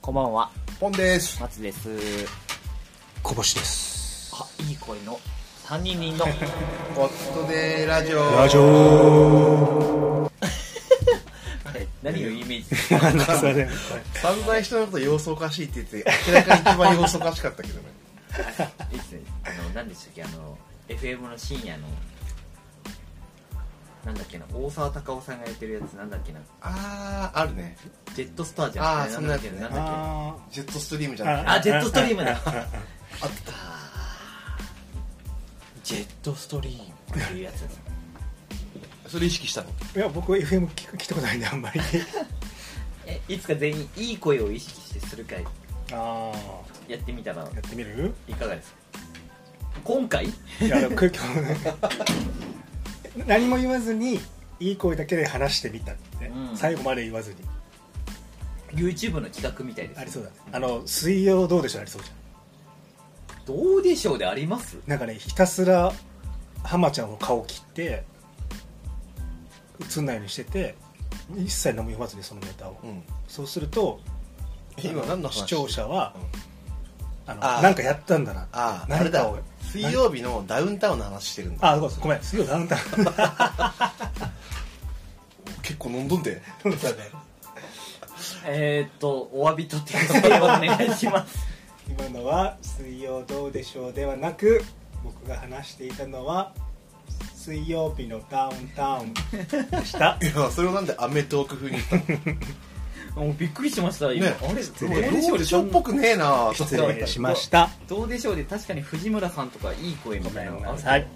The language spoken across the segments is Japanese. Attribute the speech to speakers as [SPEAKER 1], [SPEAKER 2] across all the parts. [SPEAKER 1] こんばんは、
[SPEAKER 2] ポンです。
[SPEAKER 1] 松です。
[SPEAKER 3] こぼしです。
[SPEAKER 1] あ、いい声の三人人の
[SPEAKER 2] ホットデーラジオ。
[SPEAKER 3] ラジオ
[SPEAKER 1] え何をイメージ
[SPEAKER 3] ー。なんかそれ。
[SPEAKER 2] 散々人のこと様子おかしいって言って、明らかに一番様子おかしかったけどね。
[SPEAKER 1] いいっすね。あの何でしたっけあの FM の深夜のなんだっけな大沢たかおさんがやってるやつなんだっけな
[SPEAKER 2] あー、あるね。
[SPEAKER 1] ジェットスターじゃん。
[SPEAKER 2] あーそんなやつね
[SPEAKER 1] なんだっけなんだっ
[SPEAKER 3] あ
[SPEAKER 2] ジェットストリームじゃなく
[SPEAKER 1] け。
[SPEAKER 2] て。
[SPEAKER 1] あ、ジェットストリームだ。
[SPEAKER 2] あった。
[SPEAKER 1] ジェットストリームっていうやつです。
[SPEAKER 2] それ意識したの
[SPEAKER 3] ーいや、僕 FM 聞く聞いたことないんで、あんまり。
[SPEAKER 1] え、いつか全員いい声を意識してするか
[SPEAKER 3] あ
[SPEAKER 1] やってみたら
[SPEAKER 3] あ。やってみる
[SPEAKER 1] いかがですか。今回？
[SPEAKER 3] いや、でも空気もなんか。何も言わずに、いい声だけで話してみたって、
[SPEAKER 1] うん
[SPEAKER 3] 最後まで言わずに。
[SPEAKER 1] YouTube の企画みたいです、
[SPEAKER 3] ありそうだね。あの、水曜どうでしょうありそうじゃん。
[SPEAKER 1] どうでしょうであります
[SPEAKER 3] なんかね、ひたすら、浜ちゃんの顔切って、映んないようにしてて、一切何も言わずにそのネタを。
[SPEAKER 2] うん。
[SPEAKER 3] そうすると、
[SPEAKER 2] 今何の話
[SPEAKER 3] 視聴者は、あの
[SPEAKER 2] あー
[SPEAKER 3] なんかやったんだな
[SPEAKER 2] あー、あれ
[SPEAKER 3] 何か
[SPEAKER 2] だ
[SPEAKER 3] を。
[SPEAKER 2] 水曜日のダウンタウンの話してるんだ。
[SPEAKER 3] あごめんごめん水曜 ダウンタウン
[SPEAKER 2] 結構飲んどんで。
[SPEAKER 1] えー、っとお詫びと訂正をお願いします
[SPEAKER 3] 今のは「水曜どうでしょう」ではなく僕が話していたのは「水曜日のダウンタウン」でした
[SPEAKER 2] いや、それをなんでアメトーク風に言ったの
[SPEAKER 1] もうびっくりしました今、
[SPEAKER 2] ね
[SPEAKER 1] あれど
[SPEAKER 2] どう
[SPEAKER 1] う
[SPEAKER 2] で
[SPEAKER 1] で
[SPEAKER 2] し
[SPEAKER 1] しょ
[SPEAKER 2] ょう
[SPEAKER 1] う
[SPEAKER 2] っぽくねえな
[SPEAKER 3] 失
[SPEAKER 2] と思っ
[SPEAKER 3] 礼しました
[SPEAKER 1] どうでしょうで確かに藤村さんとかいい声みたいなのがあるけど
[SPEAKER 3] はい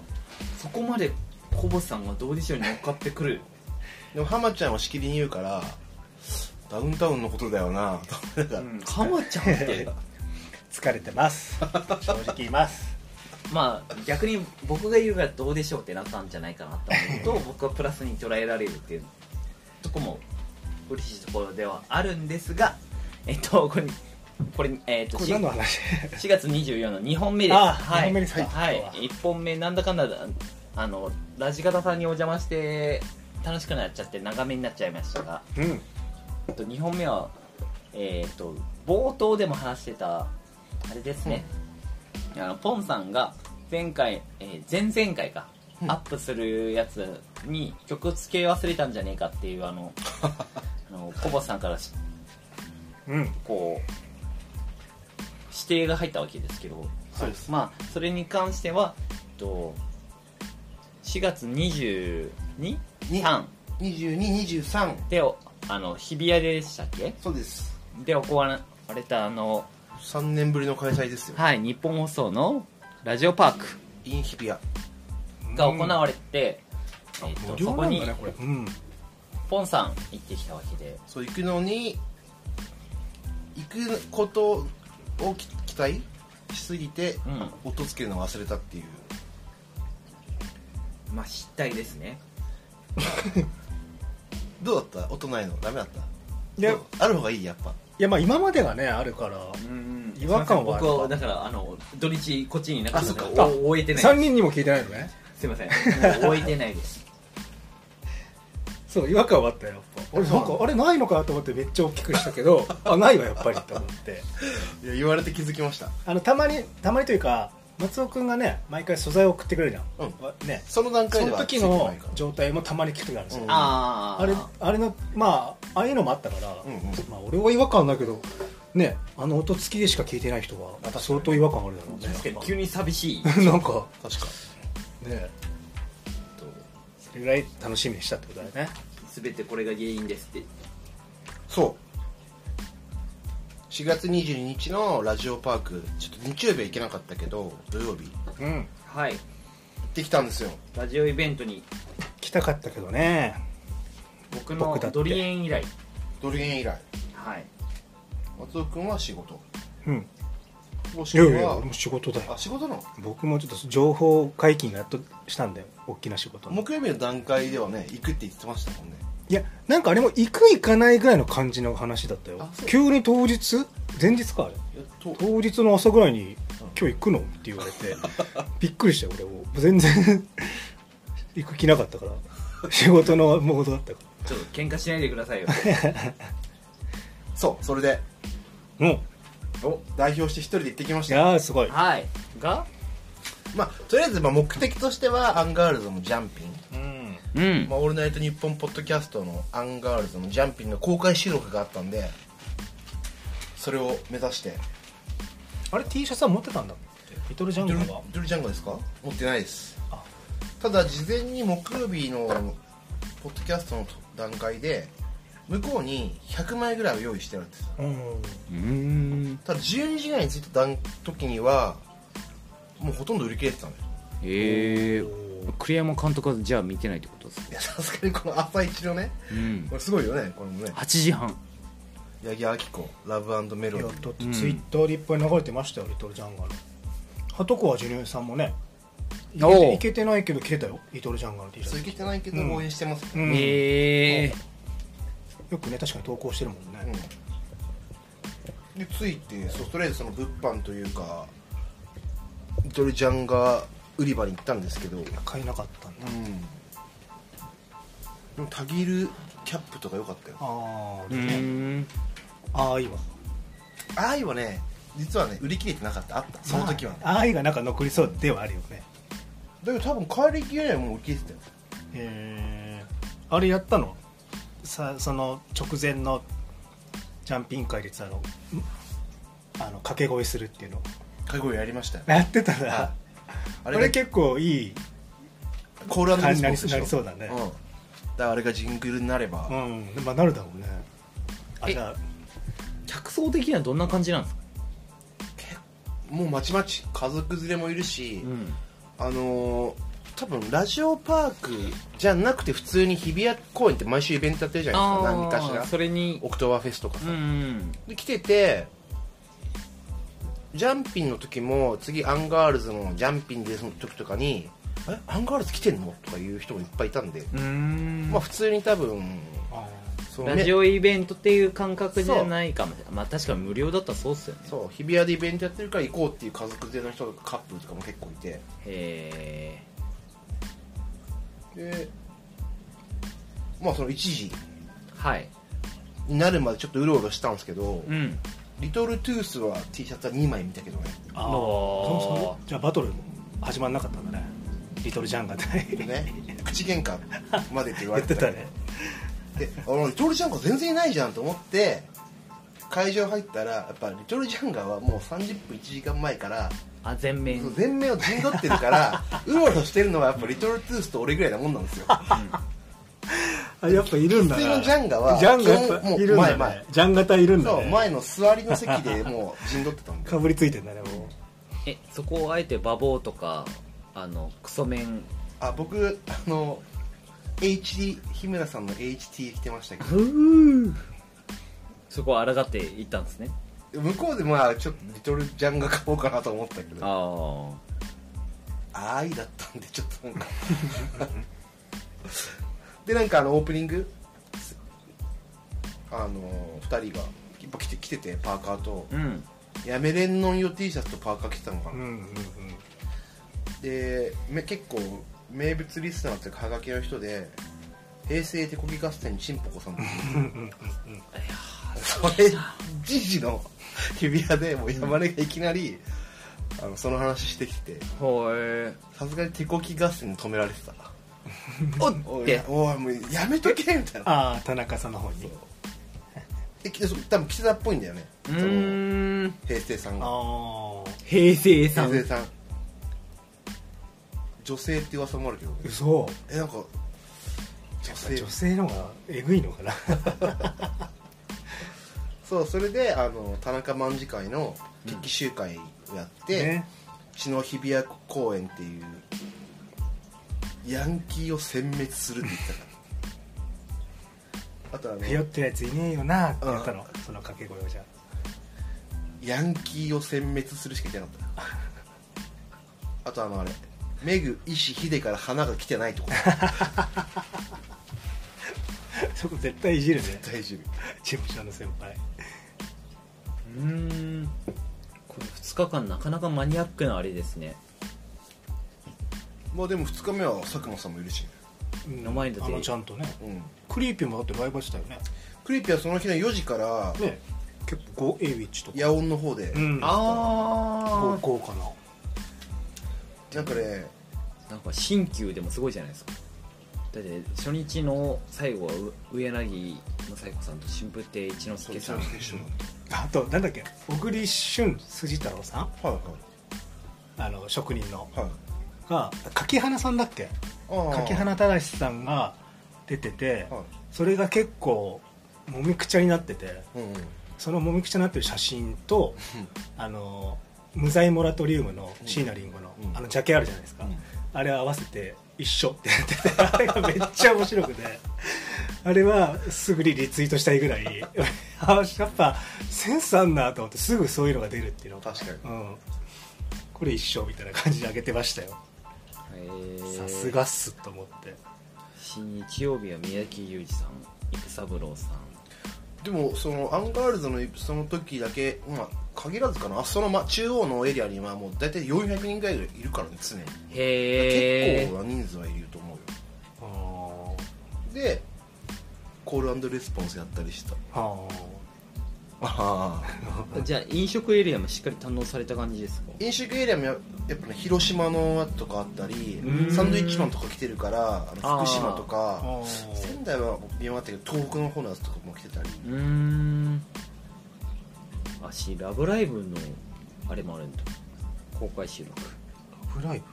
[SPEAKER 1] そこまでコボさんがどうでしょうに乗っかってくる
[SPEAKER 2] でも、ハマちゃんはしきりに言うから、ダウンタウンのことだよなと思いながら
[SPEAKER 1] かまちゃんって
[SPEAKER 3] 疲れてます正直言います
[SPEAKER 1] まあ逆に僕が言うからどうでしょうってなったんじゃないかなと 思うと僕はプラスに捉えられるっていうとこも嬉しいところではあるんですがえっとこれこれえっと
[SPEAKER 3] これ何の話
[SPEAKER 1] 4月24の2本目です
[SPEAKER 3] あ
[SPEAKER 1] はい、
[SPEAKER 3] 二本目ですか
[SPEAKER 1] はい
[SPEAKER 3] 今日は
[SPEAKER 1] 1本目なんだかんだあのラジカタさんにお邪魔して楽しくなっちゃって長めになっちゃいましたが
[SPEAKER 3] うん
[SPEAKER 1] えっと2本目はえっ、と冒頭でも話してたあれですね、あのポンさんが前回、えー前々回か、
[SPEAKER 2] うん
[SPEAKER 1] アップするやつに曲付け忘れたんじゃねえかっていうあ のあのコボさんからし
[SPEAKER 3] うん
[SPEAKER 1] こう指定が入ったわけですけど
[SPEAKER 2] そうです
[SPEAKER 1] まあそれに関しては、えっと、4月 22?
[SPEAKER 2] に
[SPEAKER 1] 3
[SPEAKER 2] 2223
[SPEAKER 1] でおあの日比谷でしたっけ
[SPEAKER 2] そうです
[SPEAKER 1] で行われたあの
[SPEAKER 2] 3年ぶりの開催ですよ
[SPEAKER 1] はい日本放送のラジオパーク
[SPEAKER 2] インヒビア
[SPEAKER 1] が行わ
[SPEAKER 3] れ
[SPEAKER 1] れて、えっと
[SPEAKER 3] 無料
[SPEAKER 1] そこ
[SPEAKER 3] なん
[SPEAKER 1] に
[SPEAKER 3] だねこれうん
[SPEAKER 1] ポンさん行ってきたわけで
[SPEAKER 2] そう行くのに行くことをき期待しすぎて、
[SPEAKER 1] うん
[SPEAKER 2] 音つけるのを忘れたっていう
[SPEAKER 1] まあ失態ですね
[SPEAKER 2] どうだった音ないのダメだった
[SPEAKER 3] いや
[SPEAKER 2] どうある方がいいやっぱ
[SPEAKER 3] いやまあ今まではねあるから
[SPEAKER 1] うん
[SPEAKER 3] 違和感はあるか
[SPEAKER 1] 僕はだからあの土日こっちになか
[SPEAKER 2] あそ
[SPEAKER 1] な
[SPEAKER 2] っか
[SPEAKER 1] かお終えてない
[SPEAKER 3] 3人にも聞いてないのね
[SPEAKER 1] すいません もう終えてないです
[SPEAKER 3] そう違和感はあったよやっぱ俺なんかあれないのかなと思ってめっちゃ大きくしたけどあないわやっぱりと思って
[SPEAKER 2] いや言われて気づきました
[SPEAKER 3] あのたまにたまにというか松尾君がね毎回素材を送ってくれるじゃん、ね
[SPEAKER 2] その段
[SPEAKER 3] そ
[SPEAKER 2] 階で
[SPEAKER 3] の
[SPEAKER 2] は
[SPEAKER 3] 時
[SPEAKER 2] ついて
[SPEAKER 3] の
[SPEAKER 2] ないから
[SPEAKER 3] 状態もたまに聞く時あるんですよ、
[SPEAKER 2] うん
[SPEAKER 1] ああ
[SPEAKER 3] あれあれのまあああいうのもあったから、
[SPEAKER 2] うんうん
[SPEAKER 3] まあ、俺は違和感だけどねあの音付きでしか聞いてない人はまた相当違和感あるだろうね
[SPEAKER 1] 確かに急に寂しい
[SPEAKER 3] なんか
[SPEAKER 2] 確か
[SPEAKER 3] ねそれぐらい楽しみにしたってことだよね
[SPEAKER 1] 全てこれが原因ですって
[SPEAKER 2] そう4月22日のラジオパークちょっと日曜日は行けなかったけど土曜日行
[SPEAKER 3] うん
[SPEAKER 1] はい
[SPEAKER 2] ってきたんですよ
[SPEAKER 1] ラジオイベントに
[SPEAKER 3] 来たかったけどね
[SPEAKER 1] 僕の
[SPEAKER 3] 僕だって
[SPEAKER 1] ドリエン以来
[SPEAKER 2] ドルゲン以来
[SPEAKER 1] はい
[SPEAKER 2] 松尾君は仕事
[SPEAKER 3] うん
[SPEAKER 2] もし
[SPEAKER 3] い
[SPEAKER 2] くは
[SPEAKER 3] やいや俺も仕事だよ
[SPEAKER 2] あ仕事なの
[SPEAKER 3] 僕もちょっと情報解禁がやっとしたんだよ大きな仕事の
[SPEAKER 2] 木曜日の段階ではね行くって言ってましたもんね
[SPEAKER 3] いやなんかあれも行く行かないぐらいの感じの話だったよ
[SPEAKER 2] あそう
[SPEAKER 3] 急に当日前日かあれ
[SPEAKER 2] いやと
[SPEAKER 3] 当日の朝ぐらいに「今日行くの?」って言われて びっくりしたよ俺もう全然 行く気なかった から仕事のモードだったか
[SPEAKER 1] ちょっと喧嘩しないでくださいよ
[SPEAKER 2] そうそれで
[SPEAKER 3] お
[SPEAKER 1] お
[SPEAKER 2] 代表して一人で行ってきまし
[SPEAKER 3] い
[SPEAKER 2] た
[SPEAKER 3] やーすご い
[SPEAKER 1] はいが
[SPEAKER 2] まあとりあえずまあ目的としてはアンガールズのジャンピン
[SPEAKER 3] うん
[SPEAKER 1] うん
[SPEAKER 2] まあ、オールナイトニッポンポッドキャストのアンガールズのジャンピンの公開収録があったんで、それを目指して。
[SPEAKER 3] あれ T シャツは持ってたんだっけリトルジャ
[SPEAKER 2] ドゥル
[SPEAKER 3] ンゴは
[SPEAKER 2] ドゥルジャンゴですか持ってないです
[SPEAKER 3] あ。
[SPEAKER 2] ただ、事前に木曜日のポッドキャストの段階で、向こうに100枚ぐらいを用意してるんですよ。
[SPEAKER 3] うん
[SPEAKER 1] うん
[SPEAKER 2] ただ、12時ぐらいに着いた段時には、もうほとんど売り切れてたのよ。
[SPEAKER 1] えー、栗山監督はじゃあ見てないってことです
[SPEAKER 2] い
[SPEAKER 1] ね、
[SPEAKER 2] や、さすがにこの朝一のね、
[SPEAKER 1] うん
[SPEAKER 2] こ、れすごいよね、このね。
[SPEAKER 1] 8時半
[SPEAKER 2] 八木亜希子、ラブメ
[SPEAKER 3] い
[SPEAKER 2] ロ
[SPEAKER 3] や
[SPEAKER 2] デ
[SPEAKER 3] だ
[SPEAKER 2] ィ
[SPEAKER 3] っ
[SPEAKER 2] ー。
[SPEAKER 3] てツイッターでいっぱい流れてましたよ、リトルジャンガのハトコはジュニアさんもねいけ
[SPEAKER 1] おう
[SPEAKER 3] ていけてないけど着てたよリトルジャンガの T シャ
[SPEAKER 2] 続
[SPEAKER 3] ツ、
[SPEAKER 2] けてないけど
[SPEAKER 3] うん
[SPEAKER 2] 応援してます、
[SPEAKER 3] うん
[SPEAKER 1] え
[SPEAKER 3] よくね確かに投稿してるもんね、
[SPEAKER 2] うんでついてそうとりあえずその物販というかリトルジャンガー売り場に行ったんですけどうん
[SPEAKER 3] 買えなかったんだ、
[SPEAKER 2] でもタギルキャップとか良かったよ
[SPEAKER 3] あ
[SPEAKER 1] ー、う
[SPEAKER 3] あ
[SPEAKER 1] ーん
[SPEAKER 3] ああいいわ
[SPEAKER 2] ああいはね実はね売り切れてなかったあったその時は、
[SPEAKER 3] まあああいがなんか残りそうではあるよね
[SPEAKER 2] だけど多分帰りきれないもう売り切れてたよ
[SPEAKER 3] えー、あれやったのさその直前のジャンピン会でさあのんあの掛け声するっていうの
[SPEAKER 2] かごやりましたよ
[SPEAKER 3] やってた
[SPEAKER 2] は
[SPEAKER 3] ら
[SPEAKER 2] あ
[SPEAKER 3] あ
[SPEAKER 2] れ
[SPEAKER 3] れ
[SPEAKER 2] が
[SPEAKER 3] 結構いい
[SPEAKER 2] コール
[SPEAKER 3] 感じにな
[SPEAKER 2] レ
[SPEAKER 3] り
[SPEAKER 2] スポンスでしょ
[SPEAKER 3] なりそ
[SPEAKER 2] ん、
[SPEAKER 3] うだね
[SPEAKER 2] だからあれがジングルになれば、
[SPEAKER 3] うんまあなるだろうねあ
[SPEAKER 1] え
[SPEAKER 3] じゃ
[SPEAKER 1] 客層的にはどんな感じなんですか、
[SPEAKER 2] もうまちまち家族連れもいるし、
[SPEAKER 1] ん、
[SPEAKER 2] あのー多分ラジオパークじゃなくて普通に日比谷公園って毎週イベントやってるじゃないですか何かしら
[SPEAKER 1] それに
[SPEAKER 2] オクトーバーフェスとかさ、
[SPEAKER 1] うん
[SPEAKER 2] で来ててジャンピンの時も次アンガールズのジャンピンでその時とかに「えアンガールズ来てんの?」とかいう人もいっぱいいたんで、
[SPEAKER 1] うん
[SPEAKER 2] まあ普通に多分
[SPEAKER 3] ああ
[SPEAKER 2] その
[SPEAKER 1] ラジオイベントっていう感覚じゃないかもしれないまあ確かに無料だったらそうっすよね
[SPEAKER 2] そう日比谷でイベントやってるから行こうっていう家族連れの人とかカップルとかも結構いて
[SPEAKER 1] へ
[SPEAKER 2] でまあその1時
[SPEAKER 1] えはい
[SPEAKER 2] になるまでちょっとうろうろしたんですけど、
[SPEAKER 1] うん
[SPEAKER 2] リトルトゥースは T シャツは2枚見たけどね
[SPEAKER 3] ああ
[SPEAKER 1] あのー
[SPEAKER 3] そもそもじゃあバトル始まんなかったんだねリトルジャンガで
[SPEAKER 2] ね口喧嘩までって言われ
[SPEAKER 3] やって
[SPEAKER 2] て
[SPEAKER 3] た
[SPEAKER 2] た
[SPEAKER 3] ね
[SPEAKER 2] であのリトルジャンガ全然いないじゃんと思って会場入ったらやっぱリトルジャンガはもう30分1時間前から
[SPEAKER 1] あ全面
[SPEAKER 2] そう全面を陣取ってるからうろうろしてるのはやっぱリトルトゥースと俺ぐらいなもんなんですよ
[SPEAKER 3] あやっぱいるんだ
[SPEAKER 2] 普
[SPEAKER 3] な
[SPEAKER 2] 通のジャンガは
[SPEAKER 3] ジャンガやっぱ
[SPEAKER 2] もう
[SPEAKER 3] いるんだ、
[SPEAKER 2] 前
[SPEAKER 3] ね、
[SPEAKER 2] 前
[SPEAKER 3] ジャンガ隊いるんだ
[SPEAKER 2] そう
[SPEAKER 3] ね
[SPEAKER 2] 前の座りの席でも う陣取ってたんで
[SPEAKER 3] かぶりついてんだねも
[SPEAKER 1] えそこをあえて馬房とかあのクソメン
[SPEAKER 2] あ僕あの HD 日村さんの HT 着てましたけど
[SPEAKER 3] う
[SPEAKER 1] そこを抗っていったんですね
[SPEAKER 2] 向こうでまあちょっとリトルジャンが買おうかなと思ったけど
[SPEAKER 1] あ
[SPEAKER 2] あーいだったんでちょっとなんか でなんかあのオープニングあの2人がやっぱ着て着ててパーカーと
[SPEAKER 1] あうん
[SPEAKER 2] やめれんのんよ T シャツとパーカー着てたのか
[SPEAKER 3] うん
[SPEAKER 2] な、
[SPEAKER 3] うんうん
[SPEAKER 2] でめ結構名物リスナーっていうかはがきの人で平成手こぎ合戦ちんぽこさんそれじじの日比谷でもう山根がいきなり、あのその話してきて
[SPEAKER 1] ほえ
[SPEAKER 2] さすがに手こき合戦に止められてた
[SPEAKER 1] お
[SPEAKER 2] お
[SPEAKER 1] っ
[SPEAKER 2] い
[SPEAKER 1] て
[SPEAKER 2] おいもうやめとけみたいな
[SPEAKER 3] ああ田中さんの方に
[SPEAKER 2] えきそう多分岸田っぽいんだよね
[SPEAKER 1] う
[SPEAKER 2] その
[SPEAKER 1] ーん
[SPEAKER 2] 平成さんが
[SPEAKER 3] ああ
[SPEAKER 1] 平成さ
[SPEAKER 2] 平成
[SPEAKER 1] ん
[SPEAKER 2] さん女性って噂もあるけどね
[SPEAKER 3] 嘘
[SPEAKER 2] えなんか女性
[SPEAKER 3] 女性の方がえぐいのかな
[SPEAKER 2] そうそれであの田中卍会の決起集会をやって、
[SPEAKER 3] ね
[SPEAKER 2] 血の日比谷公園っていうヤンキーを殲滅するって言ってたからあとあ
[SPEAKER 3] ひよっ
[SPEAKER 2] の
[SPEAKER 3] てるやついねえよなって言ったのその掛け声をじゃ
[SPEAKER 2] ヤンキーを殲滅するしか言ってなかったあ とあのあれメグ石秀から花が来てないとこ
[SPEAKER 3] そこ絶対いじるね
[SPEAKER 2] 大丈夫
[SPEAKER 3] 事務所の先輩
[SPEAKER 1] うーんこれ2日間なかなかマニアックなあれですね
[SPEAKER 2] まあでも2日目は佐久間さんもいるし、ね、
[SPEAKER 1] 名前だって
[SPEAKER 3] あのちゃんとね
[SPEAKER 2] うん
[SPEAKER 3] クリーピーもだってライブしたよね
[SPEAKER 2] クリーピーはその日の4時から
[SPEAKER 3] ね結構 a ウィッチとか
[SPEAKER 2] 野音の方で、
[SPEAKER 3] うん
[SPEAKER 1] あ
[SPEAKER 3] 高校かな
[SPEAKER 2] なんかね
[SPEAKER 1] あなんか新旧でもすごいじゃないですかだって初日の最後はう上柳正彦さんと春風亭一之輔さん
[SPEAKER 3] あとなんだっけ小栗旬辻太郎さん
[SPEAKER 2] はい
[SPEAKER 3] あの職人の
[SPEAKER 2] はいはい
[SPEAKER 3] が柿花さんだっけ
[SPEAKER 2] あー
[SPEAKER 3] 柿花正さんが出てて
[SPEAKER 2] は
[SPEAKER 3] それが結構もみくちゃになってて
[SPEAKER 2] いうんうん
[SPEAKER 3] そのもみくちゃになってる写真とあの無罪モラトリウムの椎名林檎の、
[SPEAKER 2] うん
[SPEAKER 3] あのジャケあるじゃないですか、
[SPEAKER 2] うん
[SPEAKER 3] あれ合わせて一緒 ってやっててあれがめっちゃ面白くてあれはすぐにリツイートしたいぐらい あやっぱセンスあんなと思ってすぐそういうのが出るっていうのが、
[SPEAKER 2] 確かに
[SPEAKER 3] うん、これ一緒みたいな感じで上げてましたよ
[SPEAKER 1] えー
[SPEAKER 3] さすがっすと思って
[SPEAKER 1] 新日曜日は宮城裕二さん育三郎さん
[SPEAKER 2] でもそのアンガールズのその時だけ、まあ、限らずかなその、ま、中央のエリアにはもう大体400人ぐらいいるからね常に
[SPEAKER 1] へえ
[SPEAKER 2] 結構な人数はいると思うよ
[SPEAKER 3] あー
[SPEAKER 2] でコールレスポンスやったりした
[SPEAKER 3] あ
[SPEAKER 2] あ
[SPEAKER 1] じゃあ飲食エリアもしっかり堪能された感じですか
[SPEAKER 2] 飲食エリアもややっぱね広島のやつとかあったり
[SPEAKER 3] うん
[SPEAKER 2] サンドイッチマンとか来てるからあの
[SPEAKER 1] あー
[SPEAKER 2] 福島と
[SPEAKER 3] ー
[SPEAKER 2] か
[SPEAKER 3] あー
[SPEAKER 2] 仙台は微妙だったけど東北の方のやつとかも来てたり
[SPEAKER 1] うーんあし「ラブライブ!」のあれもあるんだ公開収録
[SPEAKER 3] ラブライ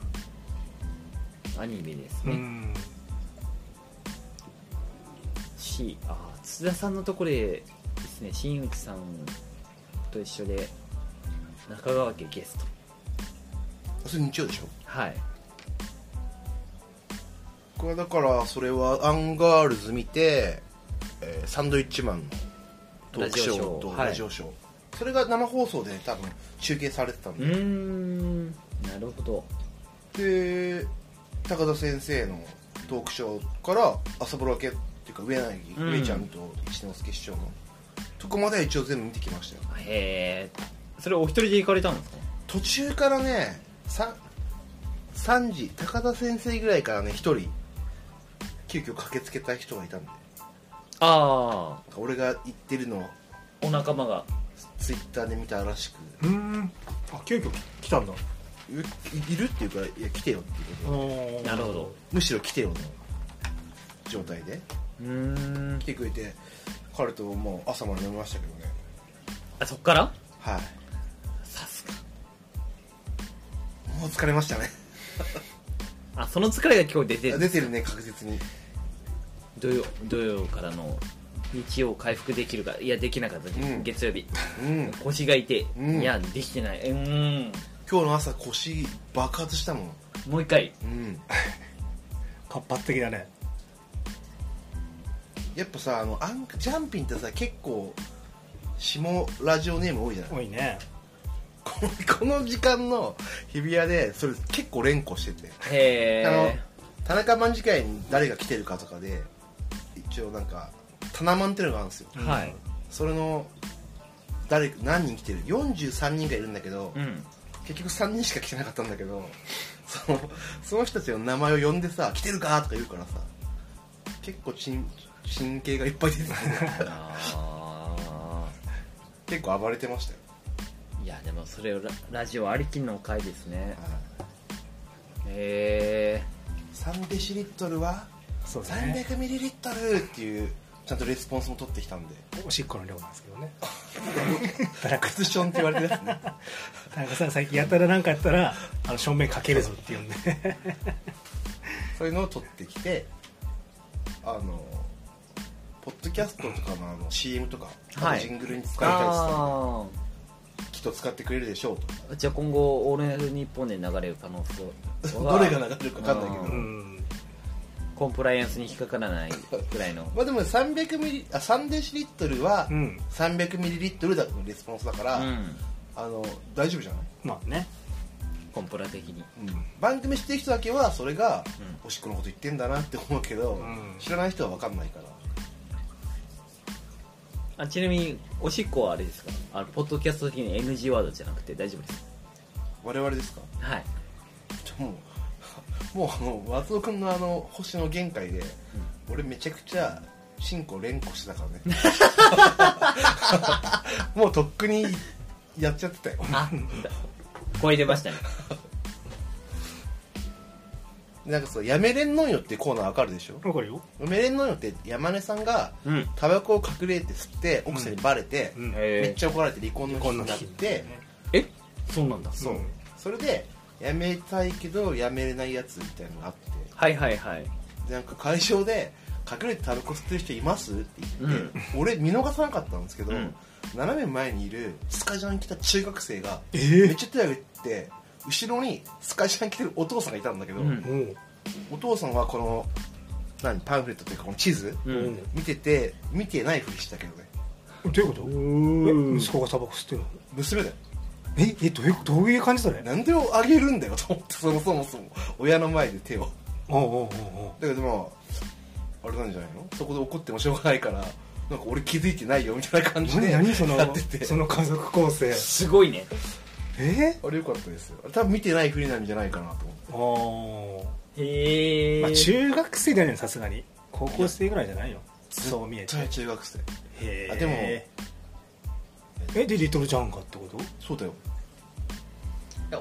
[SPEAKER 1] アニメです
[SPEAKER 3] ブう
[SPEAKER 1] ね、
[SPEAKER 3] ん
[SPEAKER 1] しあ津田さんのところでですね新内さんと一緒で中川家ゲスト
[SPEAKER 2] それ日曜でしょ
[SPEAKER 1] はい
[SPEAKER 2] 僕はだからそれはアンガールズ見て、えーサンドイッチマンのトークショーと
[SPEAKER 1] ラ
[SPEAKER 2] ラ
[SPEAKER 1] ジ
[SPEAKER 2] ジ
[SPEAKER 1] オ
[SPEAKER 2] オショー、それが生放送で多分中継されてたん
[SPEAKER 1] う
[SPEAKER 2] で、
[SPEAKER 1] ーんなるほど
[SPEAKER 2] で高田先生のトークショーから朝ぼろけっていうか上柳、
[SPEAKER 1] うん
[SPEAKER 2] 上ちゃんと一之輔師匠のとこまでは一応全部見てきましたよ
[SPEAKER 1] へえそれお一人で行かれたんですか
[SPEAKER 2] 途中からね 3, 3時高田先生ぐらいからね1人急遽駆けつけた人がいたんで
[SPEAKER 1] ああ
[SPEAKER 2] 俺が言ってるのを
[SPEAKER 1] お仲間が
[SPEAKER 2] ツイッターで見たらしく
[SPEAKER 3] うんあ急遽来たんだ
[SPEAKER 2] いいるっていうかいや来てよっていうこと
[SPEAKER 1] なるほど
[SPEAKER 2] むしろ来てよの状態で
[SPEAKER 1] うーん
[SPEAKER 2] 来てくれて彼ともう朝まで飲みましたけどね
[SPEAKER 1] あそっから
[SPEAKER 2] はい
[SPEAKER 1] さす
[SPEAKER 2] もう疲れましたね
[SPEAKER 1] があその疲れが今日出てる
[SPEAKER 2] 出てるね確実に
[SPEAKER 1] 土曜土曜からの日曜回復できるかいやできなかった、
[SPEAKER 2] ん
[SPEAKER 1] 月曜日
[SPEAKER 2] うん
[SPEAKER 1] 腰が痛い、
[SPEAKER 2] うん
[SPEAKER 1] いやできてないうーん
[SPEAKER 2] 今日の朝腰爆発したもん
[SPEAKER 1] もう一回
[SPEAKER 2] うん
[SPEAKER 3] 活発的だね
[SPEAKER 2] やっぱさあのアンジャンピンってさ結構下ラジオネーム多いじゃない
[SPEAKER 3] 多いね
[SPEAKER 2] この この時間の日比谷でそれ結構連呼してて
[SPEAKER 1] へ
[SPEAKER 2] あの
[SPEAKER 1] え
[SPEAKER 2] 田中卍会に誰が来てるかとかで一応なんかタナマンっていうのがあるんですよ
[SPEAKER 3] の
[SPEAKER 1] はい
[SPEAKER 2] それの誰何人来てる43人がいるんだけど、
[SPEAKER 1] うん
[SPEAKER 2] 結局3人しか来てなかったんだけど そのその人たちの名前を呼んでさ「来てるか?」とか言うからさ結構ちん神経がいっぱい出てた
[SPEAKER 1] あ
[SPEAKER 2] 結構暴れてましたよ、
[SPEAKER 1] ーいやでもそれをララジオありきの回ですねへえ
[SPEAKER 2] 3デシリットルは
[SPEAKER 3] そうですね
[SPEAKER 2] 300ミリリットルっていうちゃんとレスポンスも取ってきたんで
[SPEAKER 3] おしっこの量なんですけどね
[SPEAKER 2] クスションって言われてるやつね
[SPEAKER 3] 田中さん最近やたらなんかやったらあの正面かけるぞって言うんで
[SPEAKER 2] そういうのを取ってきてあのポッドキャストとかのあの CM とか、
[SPEAKER 1] はい
[SPEAKER 2] あとジングルに使いたいって言ってたんで
[SPEAKER 1] あ
[SPEAKER 2] きっと使ってくれるでしょうと
[SPEAKER 1] あじゃあ今後「オールナイトニッポン」で流れる可能性
[SPEAKER 2] どれが流れるか分かんないけど、
[SPEAKER 1] う
[SPEAKER 3] うん
[SPEAKER 1] コンプライアンスに引っかからないくらい の
[SPEAKER 2] まあでも300ミリあ3デシリットルは
[SPEAKER 3] うん
[SPEAKER 2] 300ミリリットルだのレスポンスだから、
[SPEAKER 1] うん
[SPEAKER 2] あの大丈夫じゃない、
[SPEAKER 3] まあね
[SPEAKER 1] コンプラ的に
[SPEAKER 2] 番組知ってる人だけはそれがおしっこのこと言ってんだなって思うけど、
[SPEAKER 3] うん
[SPEAKER 2] 知らない人は分かんないから
[SPEAKER 1] あちなみにおしっこはあれですかあのポッドキャスト的に NG ワードじゃなくて大丈夫です
[SPEAKER 2] 我々ですか
[SPEAKER 1] はい
[SPEAKER 2] じゃあもうもうあの松尾君のあの星の限界で、俺めちゃくちゃ進行連呼してたからねもうとっくにやっちゃってたよ
[SPEAKER 1] あ声出ましたね
[SPEAKER 2] なんかそう「やめれんのんよ」ってコーナーわかるでしょ
[SPEAKER 3] わかるよ
[SPEAKER 2] やめれんのんよって山根さんが
[SPEAKER 1] うん
[SPEAKER 2] タバコを隠れて吸って奥さんにバレて、
[SPEAKER 3] うん
[SPEAKER 2] めっ
[SPEAKER 1] え
[SPEAKER 2] ちゃ怒られて離婚の人になって
[SPEAKER 1] ー、えそうなんだ
[SPEAKER 2] そう、
[SPEAKER 3] うん
[SPEAKER 2] それでやめたいけどやめれないやつみたいなのがあって
[SPEAKER 1] はいはいはい
[SPEAKER 2] でなんか会場で「隠れてタバコ吸ってる人います?」って言って、俺見逃さなかったんですけど、
[SPEAKER 1] うん
[SPEAKER 2] 斜め前にいるスカジャン着た中学生が
[SPEAKER 3] え
[SPEAKER 2] めっ
[SPEAKER 3] ー
[SPEAKER 2] ちゃ手を挙げて後ろにスカジャン着てるお父さんがいたんだけど、
[SPEAKER 1] うん
[SPEAKER 3] もう
[SPEAKER 2] お父さんはこの何パンフレットというかこの地図、
[SPEAKER 1] う
[SPEAKER 3] うんん
[SPEAKER 2] 見てて見てないふりしたけどね
[SPEAKER 3] どういうこと
[SPEAKER 1] ー
[SPEAKER 3] え息子がタバコ吸ってるの
[SPEAKER 2] 娘だよ
[SPEAKER 3] ええどういうどういう感じだね
[SPEAKER 2] なんであげるんだよと思ってそもそもそも親の前で手を
[SPEAKER 3] おうおうおうおう
[SPEAKER 2] だけどまああれなんじゃないのそこで怒ってもしょうがないからなんか俺気づいてないよみたいな感じ
[SPEAKER 3] 何
[SPEAKER 2] で
[SPEAKER 3] 何そ
[SPEAKER 2] やっ
[SPEAKER 3] の
[SPEAKER 2] てて
[SPEAKER 3] その家族構成
[SPEAKER 1] すごいね
[SPEAKER 3] え
[SPEAKER 2] あれよかったですよあれ多分見てないふりなんじゃないかなと思って
[SPEAKER 3] あー
[SPEAKER 1] へえ
[SPEAKER 3] まあ中学生だよねさすがに高校生ぐらいじゃないよそう見えて
[SPEAKER 2] 絶対中学生
[SPEAKER 3] へー
[SPEAKER 2] あでも
[SPEAKER 3] えでリトルジャンガってこと
[SPEAKER 2] そうだよ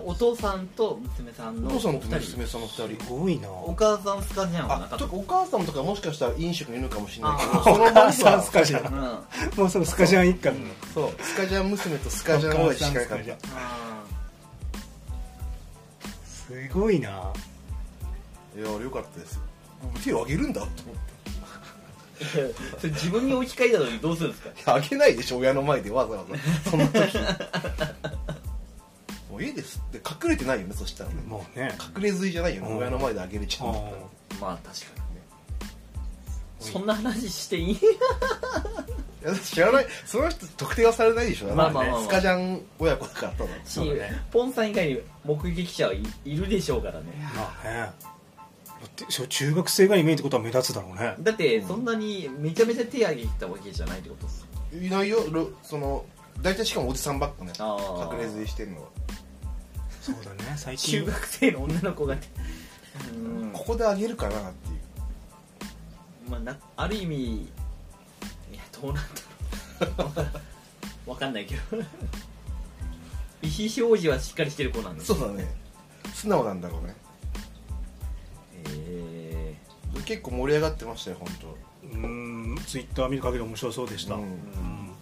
[SPEAKER 1] お父さんと娘さん
[SPEAKER 2] お
[SPEAKER 1] の
[SPEAKER 2] 父さんと
[SPEAKER 1] お二人
[SPEAKER 2] 娘さんの2人
[SPEAKER 3] すごいな
[SPEAKER 1] お母さんスカジャンはな
[SPEAKER 2] あ
[SPEAKER 1] かっ
[SPEAKER 2] と
[SPEAKER 1] た
[SPEAKER 2] かお母さんとかもしかしたら飲食にいるかもしれないけ
[SPEAKER 1] あ
[SPEAKER 2] ど
[SPEAKER 3] お
[SPEAKER 2] その場
[SPEAKER 3] 母
[SPEAKER 2] に
[SPEAKER 3] さん
[SPEAKER 2] は
[SPEAKER 3] スカジャ
[SPEAKER 1] う
[SPEAKER 3] ン
[SPEAKER 1] んあ
[SPEAKER 3] もうそのスカジャン一家の
[SPEAKER 2] そうスカジャン娘とスカジャンは近いか
[SPEAKER 3] お母さんスカジャ
[SPEAKER 2] っ
[SPEAKER 3] ン
[SPEAKER 2] た
[SPEAKER 1] あ
[SPEAKER 3] すごいない
[SPEAKER 2] やあれよかったですよ手をあげるんだと思って
[SPEAKER 1] それ自分に置き換えた時どうするんですか
[SPEAKER 2] あげないでしょ親の前でわざわざそんな 時もういいですって隠れてないよねそしたらね
[SPEAKER 3] もうね
[SPEAKER 2] 隠れずいじゃないよね、
[SPEAKER 3] うん
[SPEAKER 2] 親の前であげれちゃうんだったら
[SPEAKER 3] うん
[SPEAKER 1] まあ確かに
[SPEAKER 2] ね
[SPEAKER 1] そんな話していい
[SPEAKER 2] いや知らないその人特定はされないでしょ、
[SPEAKER 1] まあまあまあまあ
[SPEAKER 2] スカジャン親子だからただ
[SPEAKER 1] し、
[SPEAKER 3] そうだね
[SPEAKER 1] ポンさん以外に目撃者はい、いるでしょうからね
[SPEAKER 3] まあねだってそう中学生がイメージってことは目立つだろうね
[SPEAKER 1] だってそんなにめちゃめちゃ手挙げてたわけじゃないってことです
[SPEAKER 2] いないよろその大体しかもおじさんばっかね
[SPEAKER 1] あー
[SPEAKER 2] 隠れずいしてんのは
[SPEAKER 3] そうだね最
[SPEAKER 1] 中
[SPEAKER 3] 近
[SPEAKER 1] 学生の女の子がうん
[SPEAKER 2] ここであげるかなっていう
[SPEAKER 1] まあ、なある意味いやどうなんだろう わかんないけど意思表示はしっかりしてる子なんです
[SPEAKER 2] そうだね素直なんだろうね
[SPEAKER 1] え
[SPEAKER 2] 結構盛り上がってましたよ本
[SPEAKER 3] うんツイッター見る限り面白そうでした
[SPEAKER 2] 当、
[SPEAKER 3] う
[SPEAKER 2] うんん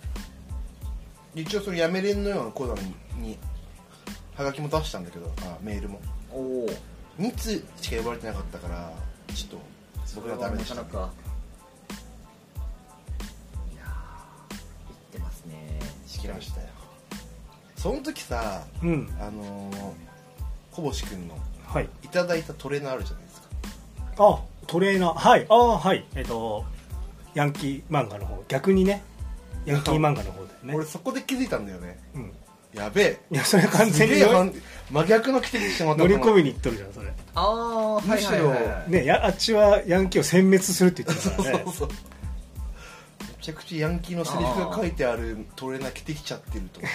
[SPEAKER 2] 一応そのやめれんのようなコーナーににはがきも出したんだけどあメールも
[SPEAKER 1] ー、おお
[SPEAKER 2] 2通しか呼ばれてなかったからちょっと僕らダメでした
[SPEAKER 1] な
[SPEAKER 2] ね
[SPEAKER 1] かなかいやーいってますね
[SPEAKER 2] しきましたよその時さ
[SPEAKER 3] うん
[SPEAKER 2] あのー、小星君の
[SPEAKER 3] はい
[SPEAKER 2] いただいたトレーナーあるじゃないですか
[SPEAKER 3] あトレーナーはいああはいえっ、とヤンキー漫画の方逆にねヤンキー漫画の方だよね
[SPEAKER 2] 俺そこで気づいたんだよね
[SPEAKER 3] うん、
[SPEAKER 2] やべえ
[SPEAKER 3] いやそれは完全
[SPEAKER 2] す
[SPEAKER 3] に
[SPEAKER 2] げえ
[SPEAKER 3] 乗
[SPEAKER 2] 反真逆の着てきてしまった
[SPEAKER 3] り込
[SPEAKER 2] み
[SPEAKER 3] みにいっとるじゃんそれ
[SPEAKER 1] ああは
[SPEAKER 2] む
[SPEAKER 1] い
[SPEAKER 2] し
[SPEAKER 1] は
[SPEAKER 2] ろ
[SPEAKER 1] いはいはい、
[SPEAKER 3] ねやあっちはヤンキーを殲滅するって言ってた
[SPEAKER 2] そう
[SPEAKER 3] からね
[SPEAKER 2] そうそうめちゃくちゃヤンキーのセリフが書いてあるトレーナー着てきちゃってると思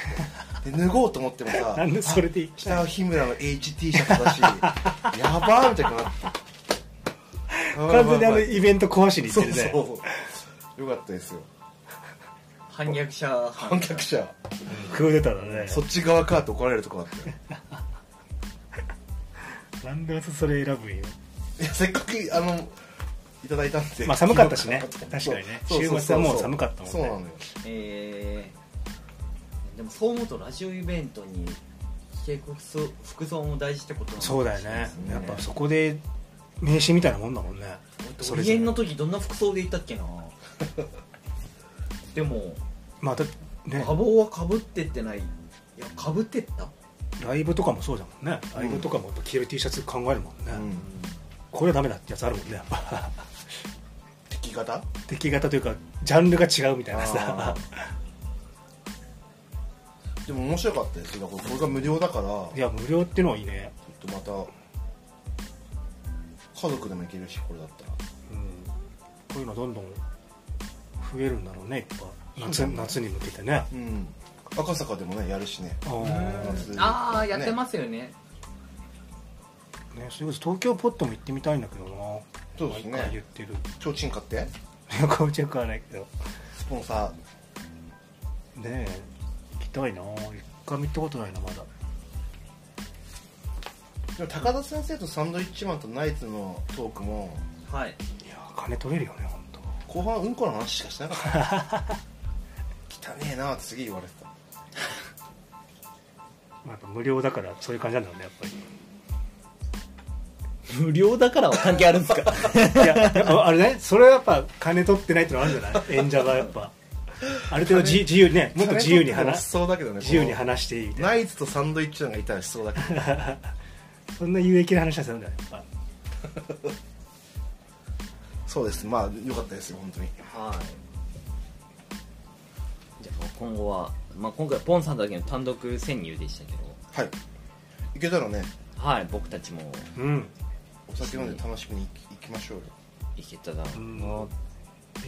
[SPEAKER 2] ってで脱ごうと思ってもさ
[SPEAKER 3] なんでそれでいい
[SPEAKER 2] 下は日村の HT シャツだしやばーみたいになって
[SPEAKER 3] 完全にあの
[SPEAKER 2] やばいやばい
[SPEAKER 3] イベント壊しにいっ
[SPEAKER 2] そ
[SPEAKER 3] て
[SPEAKER 2] う
[SPEAKER 3] るね
[SPEAKER 2] そうよかったですよ
[SPEAKER 1] 反逆者
[SPEAKER 2] 観客者
[SPEAKER 3] クーデターだね
[SPEAKER 2] そっち側かって怒られるとこだったよ
[SPEAKER 3] なんでそれ選ぶんよ
[SPEAKER 2] いやせっかくあのいただいたんで
[SPEAKER 3] まあ寒かったしね
[SPEAKER 2] 昨日
[SPEAKER 3] 確かに
[SPEAKER 2] そう
[SPEAKER 3] ね
[SPEAKER 2] そうそう
[SPEAKER 3] 週末はもう寒かったもん
[SPEAKER 2] そ
[SPEAKER 3] ね
[SPEAKER 2] うなのよ
[SPEAKER 1] えー、でもそう思うとラジオイベントに警告服装服装も大事ってことなの
[SPEAKER 3] そうだよねやっぱそこで名刺みたいなもんだもんねそれ
[SPEAKER 1] 俺
[SPEAKER 3] ぞれ
[SPEAKER 1] 演の時どんな服装で行ったっけ なでも
[SPEAKER 3] まあだね
[SPEAKER 1] 馬房はかぶってってないいやかぶってった
[SPEAKER 3] ライブとかもそうだもんねライブとかもやっぱ着る T シャツ考えるもん
[SPEAKER 2] う
[SPEAKER 3] ね、
[SPEAKER 2] ん
[SPEAKER 3] これはダメだってやつあるもんねやっぱ
[SPEAKER 2] 敵型
[SPEAKER 3] 敵型というかジャンルが違うみたいなさ
[SPEAKER 2] あでも面白かったですよだからこれが無料だから
[SPEAKER 3] いや無料っていうのはいいね、
[SPEAKER 2] ちょっとまた家族でも行けるしこれだったら
[SPEAKER 3] うん、こういうのどんどん増えるんだろうねいっぱい夏夏に向けてねあ
[SPEAKER 2] うん赤坂でもねやるしね
[SPEAKER 3] ー
[SPEAKER 2] 夏に
[SPEAKER 1] ああやってますよね
[SPEAKER 3] ねそれこそ東京ポットも行ってみたいんだけどな
[SPEAKER 2] そうですね
[SPEAKER 3] 毎回言ってる
[SPEAKER 2] 提灯買って
[SPEAKER 3] 横打ちよくはないけど
[SPEAKER 2] スポンサ
[SPEAKER 3] ねえ行きたいな一回も行ったことないなまだ
[SPEAKER 2] ーでも高田先生とサンドイッチマンとナイツのトークも
[SPEAKER 1] はい
[SPEAKER 3] いや金取れるよね本当。
[SPEAKER 2] 後半うんこの話しかしなかった汚 ねえなってすげえ言われてた
[SPEAKER 3] まあやっぱ無料だからそういう感じなんだろうねやっぱり
[SPEAKER 1] 無料だからは関係あるん ですか
[SPEAKER 3] いや、やっ ぱあれね、それはやっぱ金取ってないってのはあるんじゃない演者がやっぱ。ある程度じ自由にね、もっと自由に
[SPEAKER 2] 金取ってもし
[SPEAKER 3] 話、
[SPEAKER 2] そうだけどね
[SPEAKER 3] 自由に
[SPEAKER 2] こ
[SPEAKER 3] 話していいみた
[SPEAKER 2] の
[SPEAKER 3] いな。
[SPEAKER 2] ナイツとサンドイッチマンがいたらしそうだけ ど
[SPEAKER 3] そんな有益な話はするんだよ、やっ
[SPEAKER 2] そうですまあよかったですよ本当に
[SPEAKER 1] はいじゃあ今後は、まあ、今回ポンさんだけの単独潜入でしたけど
[SPEAKER 2] はいいけたらね
[SPEAKER 1] はい僕たちも
[SPEAKER 3] ぱ。うん。
[SPEAKER 2] お酒飲んで楽しみに行きましょうよ
[SPEAKER 1] 行けたら
[SPEAKER 3] うん
[SPEAKER 1] な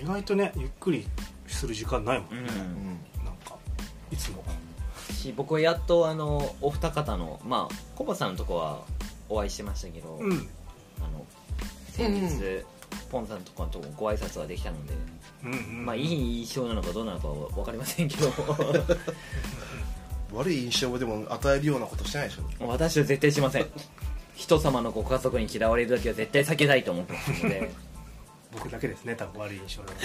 [SPEAKER 3] 意外とね、ゆっくりする時間ないもん
[SPEAKER 1] う
[SPEAKER 3] ね。
[SPEAKER 2] うんん
[SPEAKER 3] なんか、いつも。
[SPEAKER 1] し僕はやっとあのお二方のまあコバさんのとこはお会いしてましたけど、
[SPEAKER 3] うん。
[SPEAKER 1] あの先日、
[SPEAKER 2] う
[SPEAKER 1] ポンさんのとこのとこご挨拶はできたので、
[SPEAKER 3] うんうん。
[SPEAKER 1] まあいい印象なのかどうなのかは分かりませんけど
[SPEAKER 2] 悪い印象をでも与えるようなことしてないでしょ
[SPEAKER 1] 私は絶対しません人様のご家族に嫌われるだけは絶対避けたいと思ってますので
[SPEAKER 3] 僕だけですね、多分悪い印象なの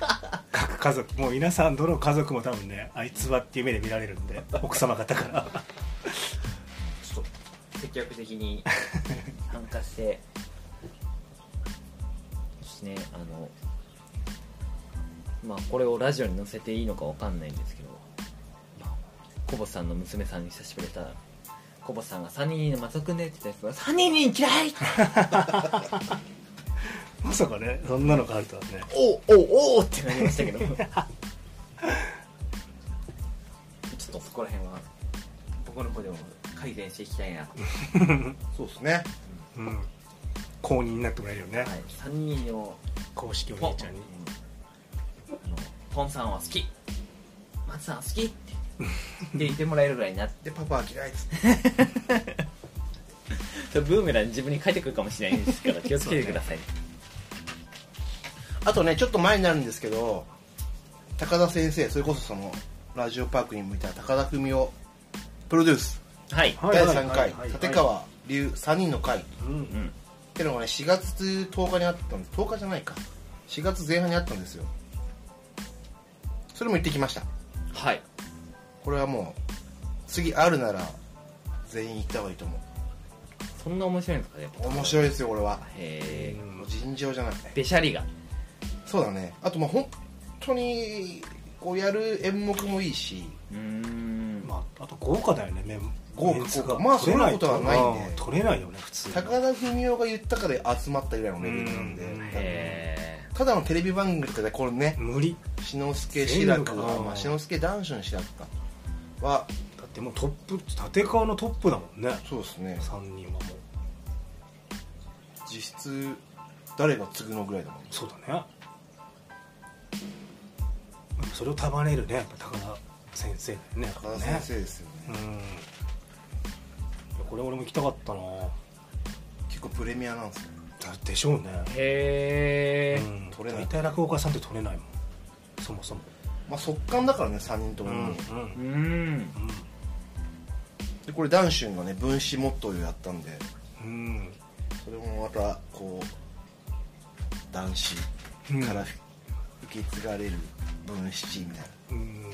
[SPEAKER 3] は。各家族、もう皆さん、どの家族も多分ね、あいつはっていう目で見られるんで、奥様方から。
[SPEAKER 1] ちょっと積極的に参加してですねあのまあこれをラジオに載せていいのかわかんないんですけど、まあ、コボさんの娘さんに久しぶりに会ったらコボさんが「3人にまさくね」って言ったんですけど「3人に嫌い!」
[SPEAKER 3] まさかね、そんなのがあるとはね。
[SPEAKER 1] おうおうおうってなりましたけどちょっとそこら辺は僕の方でも改善していきたいな、はい、
[SPEAKER 2] そうですね
[SPEAKER 3] うん、公認になってもらえるよね、
[SPEAKER 1] 3人を
[SPEAKER 3] 公式お
[SPEAKER 1] ポン
[SPEAKER 3] 姉ちゃんに
[SPEAKER 1] あのポンさんは好き松さんは好 きってって言ってもらえるぐらいになっ
[SPEAKER 2] でパパは嫌いっつって
[SPEAKER 1] てブーメラン自分に返ってくるかもしれないですから 気をつけてください、
[SPEAKER 2] あとねちょっと前になるんですけど高田先生それこそそのラジオパークに向いた高田文夫プロデュース
[SPEAKER 1] はい、
[SPEAKER 3] はい
[SPEAKER 2] 第3
[SPEAKER 3] はい
[SPEAKER 2] 回
[SPEAKER 3] はいはい
[SPEAKER 2] 立川流3人の会っ
[SPEAKER 3] うん
[SPEAKER 1] うん、
[SPEAKER 2] てのがね4月10日にあったんです10日じゃないか4月前半にあったんですよそれも行ってきました
[SPEAKER 1] はい
[SPEAKER 2] これはもう次あるなら全員行った方がいいと思
[SPEAKER 1] そんな面白いんですかね
[SPEAKER 2] う面白いですよこれは
[SPEAKER 1] へえ
[SPEAKER 2] もう尋常じゃない
[SPEAKER 1] べしゃりが
[SPEAKER 2] そうだねあとまあ本当にこうやる演目もいいし
[SPEAKER 1] うーん
[SPEAKER 3] まあ、あと豪華だよねメン
[SPEAKER 2] 豪華
[SPEAKER 3] メンツ
[SPEAKER 2] 豪華まあ
[SPEAKER 3] 取れな
[SPEAKER 2] そ
[SPEAKER 3] い
[SPEAKER 2] んなことはないね
[SPEAKER 3] うん取れないよね普通
[SPEAKER 2] 高田文雄が言ったから集まったぐらいのレベルなんで、
[SPEAKER 3] うん
[SPEAKER 1] へ
[SPEAKER 2] ただのテレビ番組とかでこれね
[SPEAKER 3] 無理
[SPEAKER 2] 志の輔志らく
[SPEAKER 3] 全部か
[SPEAKER 2] は、まあ、志の輔男子の志らくかは
[SPEAKER 3] だってもうトップ立川のトップだもんね
[SPEAKER 2] そうですね
[SPEAKER 3] 3人はもう
[SPEAKER 2] 実質誰が継ぐのぐらいだもん
[SPEAKER 3] そうだねでもそれを束ねるねやっぱ高田先生だよね
[SPEAKER 2] 高田先生ですよね
[SPEAKER 3] ねうんいやこれ俺も行きたかったな
[SPEAKER 2] 結構プレミアなんですよ
[SPEAKER 3] だでしょうね
[SPEAKER 1] えへえ、
[SPEAKER 3] うん
[SPEAKER 2] 取れない
[SPEAKER 3] 大体落語家さんって取れないもんそもそも
[SPEAKER 2] まあ速乾だからね3人ともに、
[SPEAKER 1] うーん
[SPEAKER 2] でこれ男子がね分子モットーをやったんで
[SPEAKER 3] うん
[SPEAKER 2] それもまたこう男子から受け継がれる分子みたいな
[SPEAKER 3] うん
[SPEAKER 2] よ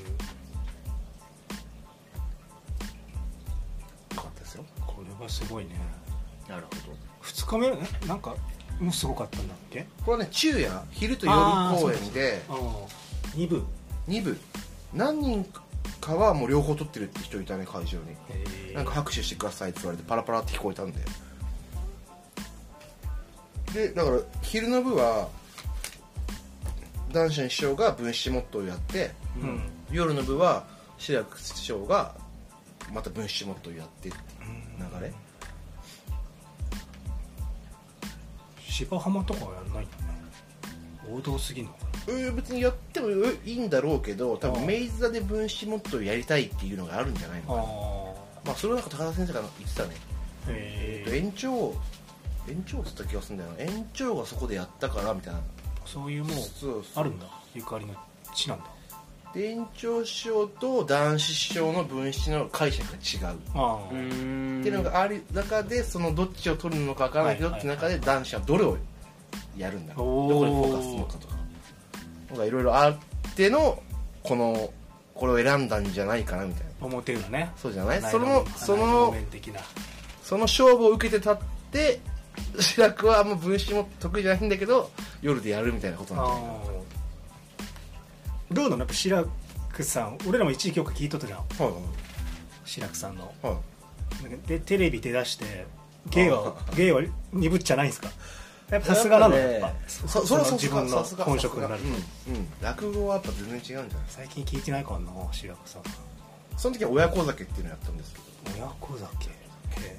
[SPEAKER 2] かったですよ
[SPEAKER 3] これはすごいね
[SPEAKER 1] なるほど
[SPEAKER 3] 2日目ねなんかもうすごかったんだっけ
[SPEAKER 2] これはね昼夜昼と夜公演で
[SPEAKER 3] ああ2部
[SPEAKER 2] 2部何人かはもう両方撮ってるって人いたね会場に
[SPEAKER 3] え
[SPEAKER 2] なんか拍手してくださいって言われてパラパラって聞こえたんででだから昼の部は男子の師匠が分子モットーをやって
[SPEAKER 3] うんうん
[SPEAKER 2] 夜の部は志らく師匠がまた分子モットーをやってっていう流れ
[SPEAKER 3] 芝浜とかはやんないんだね王道すぎんのかな
[SPEAKER 2] うん別にやってもいいんだろうけど多
[SPEAKER 3] あ
[SPEAKER 2] 分
[SPEAKER 3] あ
[SPEAKER 2] 明治座で分子モットーをやりたいっていうのがあるんじゃないのかな
[SPEAKER 3] あ
[SPEAKER 2] まあそれはなんか高田先生が言ってたね、
[SPEAKER 3] へ
[SPEAKER 2] 延長延長っつった気がするんだよな延長がそこでやったからみたいな
[SPEAKER 3] あそういうもう
[SPEAKER 2] そう
[SPEAKER 3] あるんだゆかりの地なんだ
[SPEAKER 2] 伝承師匠と男子師匠の分子の解釈が違う、
[SPEAKER 3] ああ、
[SPEAKER 1] ん
[SPEAKER 2] っていうのがある中でそのどっちを取るのかわからないけど、
[SPEAKER 3] はい
[SPEAKER 2] って中で男子はどれをやるんだろ
[SPEAKER 3] お
[SPEAKER 2] う
[SPEAKER 3] ー
[SPEAKER 2] どこにフォーカスするのかとかなんかいろいろあってのこのこれを選んだんじゃないかなみたいな
[SPEAKER 3] 表裏ね
[SPEAKER 2] そうじゃない
[SPEAKER 3] 内
[SPEAKER 2] その
[SPEAKER 3] 面
[SPEAKER 2] そ
[SPEAKER 3] 内
[SPEAKER 2] の
[SPEAKER 3] 面的な
[SPEAKER 2] その勝負を受けて立って志らくはあんま分子も得意じゃないんだけど夜でやるみたいなことなんだよ
[SPEAKER 3] ああどうなのやっぱ白くさん俺らも一時曲聞いとったじゃん
[SPEAKER 2] はい
[SPEAKER 3] 白くさんの
[SPEAKER 2] はいはい
[SPEAKER 3] なんかでテレビ出だして芸は
[SPEAKER 2] あ
[SPEAKER 3] 芸は鈍っちゃないんですかやっぱさすがなんだやっぱ
[SPEAKER 2] そそれはさ
[SPEAKER 3] の
[SPEAKER 2] す
[SPEAKER 3] 自
[SPEAKER 2] が
[SPEAKER 3] 分の
[SPEAKER 2] さすが
[SPEAKER 3] 本職になる
[SPEAKER 2] さすがうん、うん、落語はやっぱ全然違うんじゃないです
[SPEAKER 3] 最近聞いてないからな白くさん
[SPEAKER 2] かその時は親子酒っていうのやったんですけど
[SPEAKER 3] 親子酒へ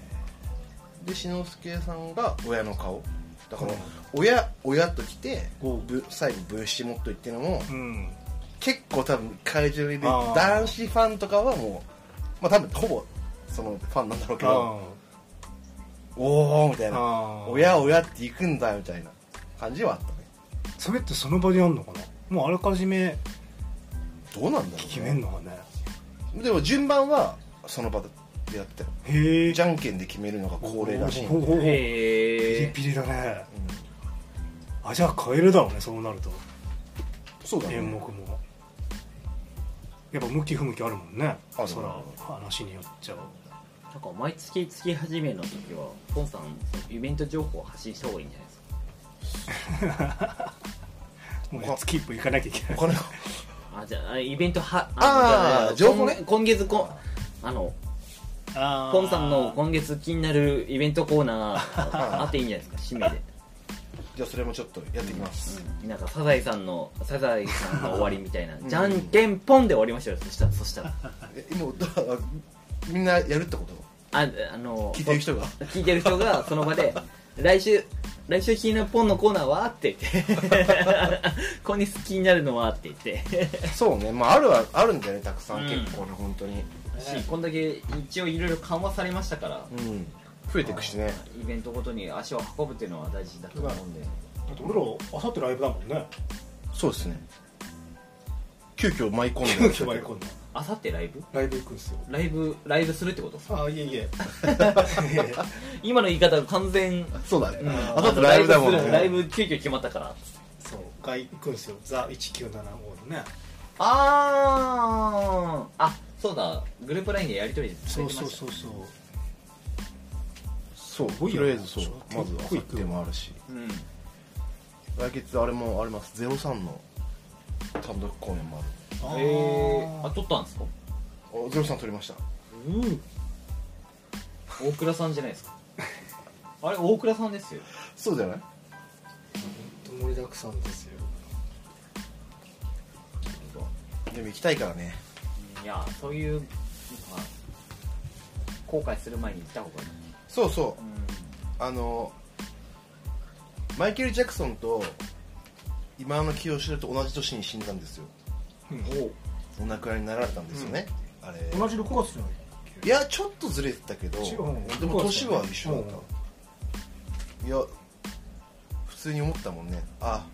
[SPEAKER 2] で志の輔さんが親の顔だから
[SPEAKER 3] うん
[SPEAKER 2] 親親と来て
[SPEAKER 3] おう
[SPEAKER 2] ぶ最後分子持っといっていうのも
[SPEAKER 3] えうん
[SPEAKER 2] 結構多分会場で
[SPEAKER 3] あー
[SPEAKER 2] 男子ファンとかはもうまあ多分ほぼそのファンなんだろうけどおおみたいな
[SPEAKER 3] あ
[SPEAKER 2] 親親って行くんだみたいな感じはあったね
[SPEAKER 3] それってその場でやんのかなもうあらかじめ
[SPEAKER 2] どうなんだろ
[SPEAKER 3] 決
[SPEAKER 2] う、
[SPEAKER 3] めんのかね
[SPEAKER 2] ね、でも順番はその場でやってる
[SPEAKER 3] へえ
[SPEAKER 2] じ
[SPEAKER 3] ゃ
[SPEAKER 2] ゃんけんで決めるのが恒例らしいんで
[SPEAKER 3] ほうほうほうピリ
[SPEAKER 1] へえ
[SPEAKER 3] ピリだね
[SPEAKER 2] うん
[SPEAKER 3] あじゃあ変えるだろうねそうなると
[SPEAKER 2] そうだね
[SPEAKER 3] 演目もやっぱ向き不向きあるもんね
[SPEAKER 2] ある
[SPEAKER 3] そら話によっちゃう
[SPEAKER 1] なんか毎月月始めの時はポンさんそのイベント情報を発信した方がいいんじゃないですか
[SPEAKER 3] もうスキップ行かなきゃいけない
[SPEAKER 2] お金が
[SPEAKER 1] あじゃあイベントは
[SPEAKER 2] あー
[SPEAKER 1] のじゃ
[SPEAKER 2] 情報ね
[SPEAKER 1] 今今月こあの
[SPEAKER 3] あー
[SPEAKER 1] ポンさんの今月気になるイベントコーナ ーあっていいんじゃないですか締めで
[SPEAKER 2] じゃあそれもちょっとやっていきます、
[SPEAKER 1] うんなんかサザエさんのサザエさんの終わりみたいなじゃんけんポンで終わりましょうよそしたらそしたら
[SPEAKER 2] えもうだからみんなやるってこと
[SPEAKER 1] ああの
[SPEAKER 2] 聞いてる人が
[SPEAKER 1] 聞いてる人がその場で「来週来週気になるポンのコーナーは?」って言 って「今月気になるのは?」って言って
[SPEAKER 2] そうねまああるはあるんだよねたくさん、
[SPEAKER 1] うん
[SPEAKER 2] 結構ね本当に
[SPEAKER 1] しこんだけ一応いろいろ緩和されましたから
[SPEAKER 2] うん増えていくしね
[SPEAKER 1] イベントごとに足を運ぶっていうのは大事だと思うんで
[SPEAKER 3] だって俺らあさってライブだもんね
[SPEAKER 2] そうですね急遽舞い込んで
[SPEAKER 3] 急遽割り込んだ
[SPEAKER 1] あさってライブ
[SPEAKER 3] ライブ行くんですよ
[SPEAKER 1] ライブライブするってこと
[SPEAKER 3] ああいえいえ
[SPEAKER 1] 今の言い方が完全
[SPEAKER 2] そうだね、
[SPEAKER 1] うん
[SPEAKER 2] あとライブだもん
[SPEAKER 1] あの
[SPEAKER 2] ね
[SPEAKER 1] ライブするライブ急遽決まったから
[SPEAKER 3] そうが行くんですよザ197 5のね
[SPEAKER 1] あーあそうだグループラインでやり取りさ
[SPEAKER 3] そ
[SPEAKER 1] れ
[SPEAKER 3] う
[SPEAKER 1] てました
[SPEAKER 3] そうそ
[SPEAKER 2] そ
[SPEAKER 3] うそう
[SPEAKER 2] う
[SPEAKER 3] ごい
[SPEAKER 2] と
[SPEAKER 3] よ
[SPEAKER 2] りあえずそう
[SPEAKER 3] す
[SPEAKER 2] ま
[SPEAKER 3] ごい
[SPEAKER 2] ずあさってもあるし
[SPEAKER 1] うん
[SPEAKER 2] 来月あれもあります03の単独公演もある
[SPEAKER 3] あ
[SPEAKER 1] えー、あ
[SPEAKER 3] あ
[SPEAKER 1] 撮ったんですか
[SPEAKER 2] お03撮りました
[SPEAKER 3] うん
[SPEAKER 1] 大倉さんじゃないですかあれ大倉さんですよ
[SPEAKER 2] そうじゃない
[SPEAKER 3] 盛りだくさんですよ
[SPEAKER 2] でも行きたいからね
[SPEAKER 1] いやそういうのは後悔する前に行った方がいい、
[SPEAKER 2] そうそうあのマイケル・ジャクソンと今の清志郎と同じ年に死んだんですよお亡くなりになられたんですよね、あれ
[SPEAKER 3] 同じ6月じゃない
[SPEAKER 2] いやちょっとずれてたけど
[SPEAKER 3] 違う
[SPEAKER 2] でも年は一緒だった、
[SPEAKER 3] う
[SPEAKER 2] いや普通に思ったもんねあ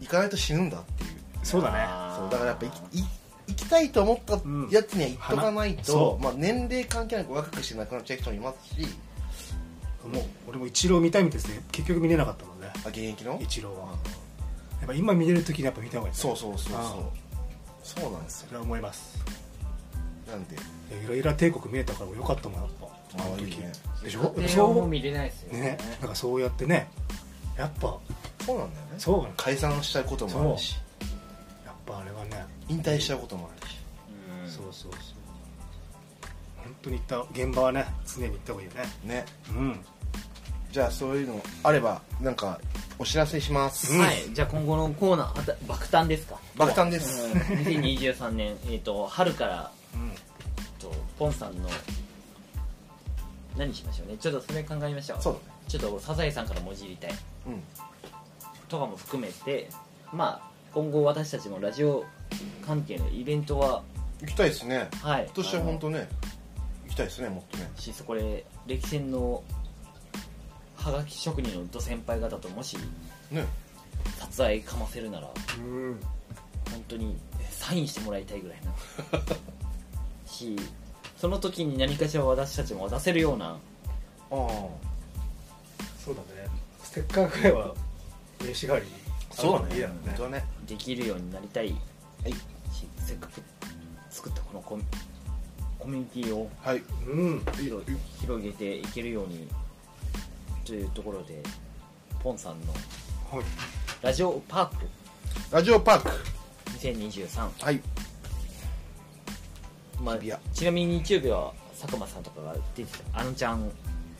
[SPEAKER 2] 行かないと死ぬんだっていう
[SPEAKER 3] そうだね
[SPEAKER 1] あー
[SPEAKER 2] そうだからやっぱ行きい行きたいと思ったやつには行っとかない
[SPEAKER 3] うん
[SPEAKER 2] と
[SPEAKER 3] そ、う
[SPEAKER 2] まあ、年齢関係なく若くして亡くなっちゃう人もいますし
[SPEAKER 3] もう俺も一郎見たいみたいですね結局見れなかったもんね
[SPEAKER 2] あ現役の
[SPEAKER 3] 一郎はやっぱ今見れる時にやっぱ見た方がいい
[SPEAKER 2] そううそうそう
[SPEAKER 3] あ
[SPEAKER 2] そうそうなんです
[SPEAKER 3] そ
[SPEAKER 2] よ
[SPEAKER 3] れは思います
[SPEAKER 2] なんで
[SPEAKER 3] いやいろいろ帝国見えたからよかったもんやっぱ
[SPEAKER 2] あ
[SPEAKER 3] あの
[SPEAKER 2] い
[SPEAKER 3] 時
[SPEAKER 2] いね
[SPEAKER 3] でしょ
[SPEAKER 1] 家庭はもう
[SPEAKER 3] そ
[SPEAKER 1] 見れないですよ
[SPEAKER 3] う
[SPEAKER 1] ね
[SPEAKER 3] ねなんかそうやってねやっぱ
[SPEAKER 2] そうなんだよね
[SPEAKER 3] そうや
[SPEAKER 2] 解散したこともあるし
[SPEAKER 3] っぱあれはね
[SPEAKER 2] 引退したこともあるし
[SPEAKER 1] うん
[SPEAKER 3] そうそうそう本当に行った現場はね常に行った方がいいよね
[SPEAKER 2] ね
[SPEAKER 3] うん
[SPEAKER 2] じゃあそういうのあればなんかお知らせします、
[SPEAKER 1] はいじゃあ今後のコーナーあた爆誕ですか
[SPEAKER 2] 爆誕で
[SPEAKER 1] うん
[SPEAKER 2] す、
[SPEAKER 1] 2023年、えー、と春から、
[SPEAKER 3] うん
[SPEAKER 1] えっとポンさんの何しましょうねちょっとそれ考えましょう
[SPEAKER 2] そう
[SPEAKER 1] ちょっとサザエさんからもじりたい
[SPEAKER 2] だね
[SPEAKER 1] とかも含めてまあ今後私たちもラジオ関係のイベントは
[SPEAKER 2] うん行きたいですね
[SPEAKER 1] はい
[SPEAKER 2] 今年は本当ね行きたいですねもっとね
[SPEAKER 1] あのしそこで歴戦のはがき職人のど先輩方ともし
[SPEAKER 2] ね
[SPEAKER 1] 撮割愛かませるなら
[SPEAKER 3] うん
[SPEAKER 1] 本当にサインしてもらいたいぐらい なしその時に何かしら私たちも渡せるような
[SPEAKER 2] ああ
[SPEAKER 3] そうだねステッカーくらいは名刺代わりに
[SPEAKER 2] そうだ
[SPEAKER 3] いい
[SPEAKER 2] ね
[SPEAKER 3] やろね
[SPEAKER 2] 本当だね
[SPEAKER 1] できるようになりたい
[SPEAKER 2] はい
[SPEAKER 1] しせっかく作ったこのコミコミュニティを
[SPEAKER 2] はい
[SPEAKER 3] うん
[SPEAKER 1] 広広げていけるようにというところでポンさんの
[SPEAKER 3] はい
[SPEAKER 1] ラジオパーク
[SPEAKER 2] ラジオパーク
[SPEAKER 1] 2023、
[SPEAKER 2] はい
[SPEAKER 1] まあ
[SPEAKER 2] 日比谷、
[SPEAKER 1] ちなみに日曜日は佐久間さんとかが出てたあのちゃん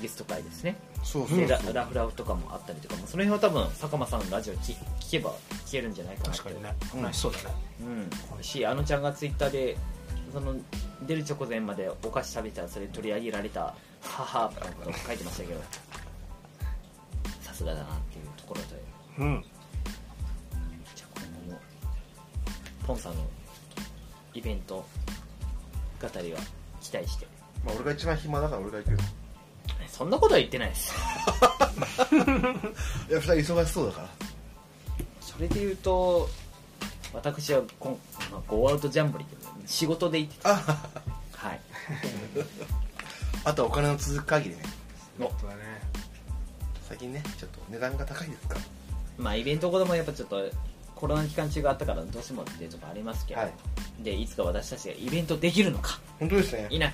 [SPEAKER 1] ゲスト会ですね
[SPEAKER 2] そうそう
[SPEAKER 1] で
[SPEAKER 2] そ
[SPEAKER 1] ラ
[SPEAKER 2] う
[SPEAKER 1] ラフラフとかもあったりとかもその辺は多分佐久間さんのラジオ聞聞けば聞けるんじゃないかなって
[SPEAKER 3] 確かにね
[SPEAKER 2] うん
[SPEAKER 3] 話しそうだね
[SPEAKER 1] うんしあのちゃんがツイッターでその出る直前までお菓子食べたらそれ取り上げられた母みたいなことを書いてましたけどさすがだなっていうところで
[SPEAKER 3] うん
[SPEAKER 1] じゃあ今後もポンさんのイベント語りは期待して
[SPEAKER 2] まあ俺が一番暇だから俺が行くよ
[SPEAKER 1] そんなことは言ってないです
[SPEAKER 2] いや二人忙しそうだから
[SPEAKER 1] それで言うと私は今まあゴーアウトジャンボリーって仕事で行ってたはい
[SPEAKER 2] あとはお金の続く限りね
[SPEAKER 1] お
[SPEAKER 3] そうだね
[SPEAKER 2] 最近ねちょっと値段が高いですか
[SPEAKER 1] まあイベントごともやっぱちょっとコロナ期間中があったからどうしてもっていうとこありますけど、
[SPEAKER 2] らはいい、
[SPEAKER 1] でいつか私たちがイベントできるのか
[SPEAKER 2] 本当ですね
[SPEAKER 1] 否か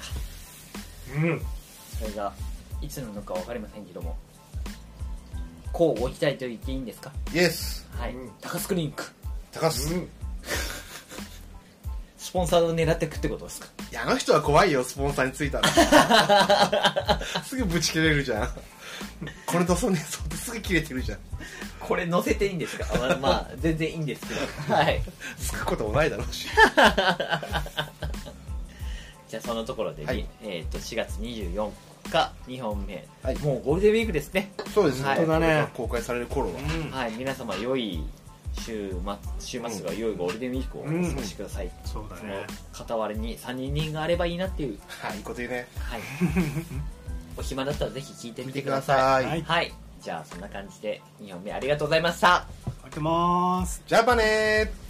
[SPEAKER 3] うん
[SPEAKER 1] それがいつなのか分かりませんけどもこうご期待と言っていいんですか
[SPEAKER 2] イエス
[SPEAKER 1] はい、
[SPEAKER 3] うん
[SPEAKER 1] 高須クリニック
[SPEAKER 2] 高須
[SPEAKER 3] う
[SPEAKER 2] い
[SPEAKER 3] ん
[SPEAKER 1] スポンサーを狙ってくってことですか
[SPEAKER 2] やあの人は怖いよスポンサーについたら すぐぶち切れるじゃんこれ出そうねそうってすぐ切れてるじゃん
[SPEAKER 1] これ載せていいんですか まあ、まあ、全然いいんですけど はい
[SPEAKER 2] つくこともないだろうし
[SPEAKER 1] じゃあそのところで、
[SPEAKER 2] はい
[SPEAKER 1] えー、と4月24日2本目、
[SPEAKER 2] はい
[SPEAKER 1] もうゴールデンウィークですね、
[SPEAKER 2] そうです
[SPEAKER 1] はい
[SPEAKER 2] 本当だね
[SPEAKER 3] これが
[SPEAKER 2] 公開される頃は
[SPEAKER 1] はい皆様良い週末週末が良いゴールデンウィークをお過ごしください、
[SPEAKER 3] そうだ
[SPEAKER 1] その
[SPEAKER 3] ね
[SPEAKER 1] 傍らに3人人があればいいなっていう
[SPEAKER 2] はいいいこと言うね
[SPEAKER 1] はい お暇だったらぜひ聞いてみ
[SPEAKER 2] 見
[SPEAKER 1] て
[SPEAKER 2] て
[SPEAKER 1] く
[SPEAKER 2] く
[SPEAKER 1] だ
[SPEAKER 2] だ
[SPEAKER 1] さ
[SPEAKER 2] さ
[SPEAKER 1] い
[SPEAKER 2] い
[SPEAKER 3] はい
[SPEAKER 1] はいじゃあそんな感じで2本目ありがとうございました
[SPEAKER 3] ありがとうございます
[SPEAKER 2] じゃあまたねー